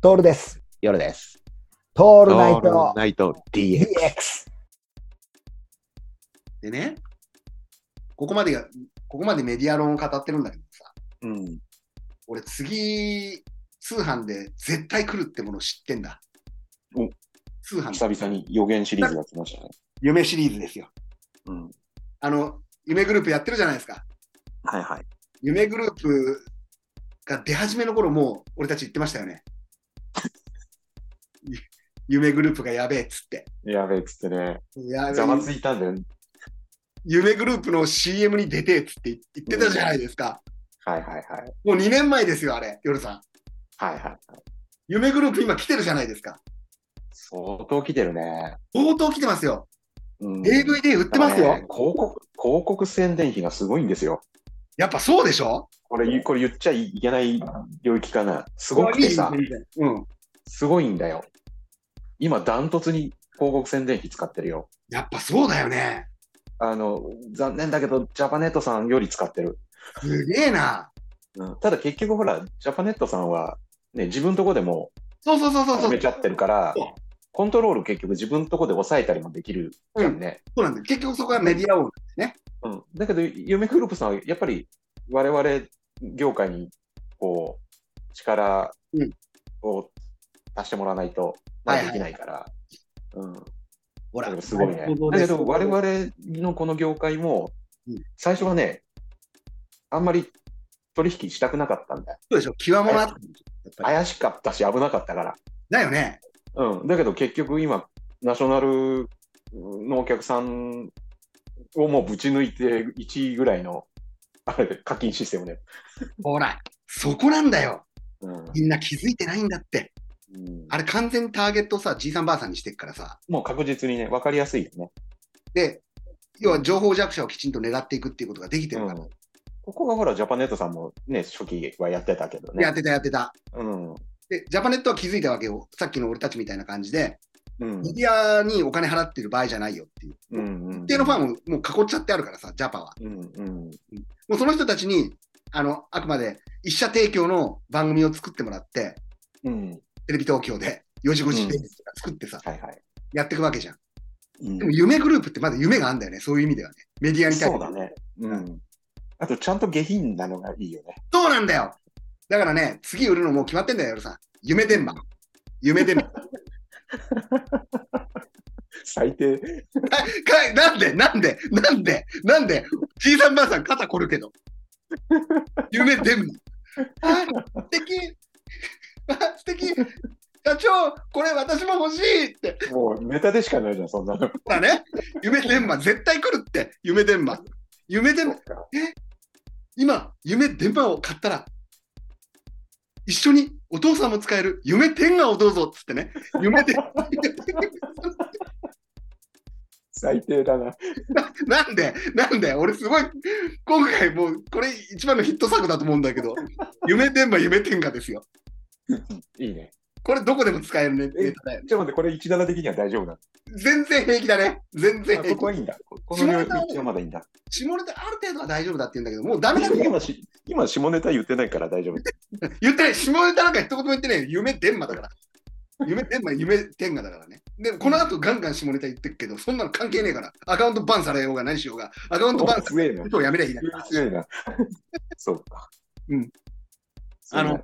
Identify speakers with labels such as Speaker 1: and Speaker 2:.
Speaker 1: トールです。
Speaker 2: 夜です。
Speaker 1: ト
Speaker 2: オ
Speaker 1: ールナイト
Speaker 2: ナイト DX。
Speaker 1: DX。
Speaker 3: でね、ここまでが、ここまでメディア論を語ってるんだけどさ、
Speaker 2: うん。
Speaker 3: 俺次、通販で絶対来るってものを知ってんだ。
Speaker 2: お
Speaker 3: 通販
Speaker 2: 久
Speaker 3: の
Speaker 2: 々に予言シリーズが来ましたね。
Speaker 3: 夢シリーズですよ。
Speaker 2: うん。
Speaker 3: あの、夢グループやってるじゃないですか。
Speaker 2: はいはい。
Speaker 3: 夢グループが出始めの頃もう俺たち言ってましたよ ね。ゆ夢グループがやべえっつって。
Speaker 2: やべえっつってね、
Speaker 3: やべ
Speaker 2: ざ
Speaker 3: え
Speaker 2: わついたんだよね。
Speaker 3: 夢グループの CM に出てっつって言ってたじゃないですか。
Speaker 2: はいはいはい。
Speaker 3: もう2年前ですよ、あれ、夜さん。
Speaker 2: はいはい。
Speaker 3: 夢グループ今来てるじゃないですか。
Speaker 2: 相当来てるね。
Speaker 3: 相当来てますよ。
Speaker 2: うん
Speaker 3: AV で売ってます
Speaker 2: だからね
Speaker 3: よ。
Speaker 2: 広告、広告宣伝費がすごいんですよ。
Speaker 3: やっぱそうでしょ
Speaker 2: これ、これ言っちゃいけない領域かな。すごくてさ
Speaker 3: い、いいい全然うん。
Speaker 2: すごいんだよ。今、ダントツに広告宣伝費使ってるよ。
Speaker 3: やっぱそうだよね。
Speaker 2: あの、残念だけど、ジャパネットさんより使ってる。
Speaker 3: すげえな。
Speaker 2: ただ結局ほら、ジャパネットさんは、ね、自分とこでも
Speaker 3: そうそうそうそうそ
Speaker 2: 始
Speaker 3: う。
Speaker 2: めちゃってるから
Speaker 3: そう、
Speaker 2: コントロール結局自分とこで抑えたりもできるじゃんね。
Speaker 3: そうなんだよ。結局そこがメディア王。
Speaker 2: うんだけど、夢グループさんはやっぱり我々業界にこう、力
Speaker 3: うん
Speaker 2: を足してもらわないと、まあできないから。うん
Speaker 3: ほら
Speaker 2: でも。すごいね
Speaker 3: 想像。
Speaker 2: だ
Speaker 3: で
Speaker 2: け
Speaker 3: す
Speaker 2: ど、我々のこの業界も
Speaker 3: うん、
Speaker 2: 最初はね、あんまり取引したくなかったんだよ。
Speaker 3: そうでしょ。極まらなかったやっぱり
Speaker 2: 怪しかったし、危なかったから。
Speaker 3: だよね。
Speaker 2: うん、だけど結局今、ナショナルのお客さんをもうぶち抜いて1位ぐらいのあれ課金システムで、
Speaker 3: ほら。そこなんだよ。
Speaker 2: うん
Speaker 3: みんな気づいてないんだって。
Speaker 2: うん
Speaker 3: あれ完全にターゲットをさ、じいさんばあさんにしてっからさ。
Speaker 2: もう確実にね、分かりやすいよね。
Speaker 3: で、要は情報弱者をきちんと狙っていくっていうことができてるから。
Speaker 2: うんここがほら、ジャパネットさんもね、初期はやってたけどね。
Speaker 3: やってたやってた。
Speaker 2: うん
Speaker 3: で、ジャパネットは気づいたわけよ。さっきの俺たちみたいな感じで、
Speaker 2: うん
Speaker 3: メディアにお金払ってる場合じゃないよっていう。
Speaker 2: うん
Speaker 3: 一定のファンをもう囲っちゃってあるからさ、ジャパは。
Speaker 2: うんうん
Speaker 3: もうその人たちに、あの、あくまで一社提供の番組を作ってもらって、
Speaker 2: うん、
Speaker 3: テレビ東京で4時5時
Speaker 2: うん
Speaker 3: ページとか作ってさ、
Speaker 2: はいはい。
Speaker 3: やっていくわけじゃん。
Speaker 2: うん
Speaker 3: でも夢グループってまだ夢があるんだよね、そういう意味ではね。メディアに対して。
Speaker 2: そうだね。うん。あと、ちゃんと下品なのがいいよね。
Speaker 3: そうなんだよだからね、次売るのもう決まってんだよ、夜さん。夢電話。夢電話。か
Speaker 2: 最低。
Speaker 3: かなんでなんでなんでなんでじいさんばあさん肩凝るけど。夢電話。あー、素敵あ素敵社長、これ私も欲しいって。
Speaker 2: もうネタでしかないじゃん、そんなの。
Speaker 3: だね。夢電話、絶対来るって、夢電話。夢電話、今、夢電話を買ったら、一緒にお父さんも使える夢天下をどうぞっつってね、夢電話。
Speaker 2: 最低だな。
Speaker 3: なんで、なんで、俺すごい、今回もう、これ一番のヒット作だと思うんだけど、夢電話、夢天下ですよ。
Speaker 2: いいね。
Speaker 3: これどこでも使えるね、
Speaker 2: え
Speaker 3: ネタだよね
Speaker 2: ちょっと待って、これ17的には大丈夫な
Speaker 3: 全然平気だね。全然
Speaker 2: の。
Speaker 3: 平
Speaker 2: ここ
Speaker 3: 気。
Speaker 2: はいいんだ。ここ
Speaker 3: 下
Speaker 2: の
Speaker 3: ネタはね
Speaker 2: 道はまだいいんだ。
Speaker 3: 下ネタある程度は大丈夫だって言うんだけど、もうダメだ よ。
Speaker 2: 今し、今下ネタ言ってないから大丈夫。
Speaker 3: 言ってない、下ネタなんか一言も言ってないよ、夢天馬だから。夢天馬、夢天下だからね。でも、この後ガンガン下ネタ言ってるけど、そんなの関係ねえから、アカウントバンされようが何しようが、アカウントバンさ
Speaker 2: 強いな
Speaker 3: れ。をやめりゃいいだけだ
Speaker 2: 強いな。そうか。
Speaker 3: うん。
Speaker 2: そうな
Speaker 3: あ
Speaker 2: る、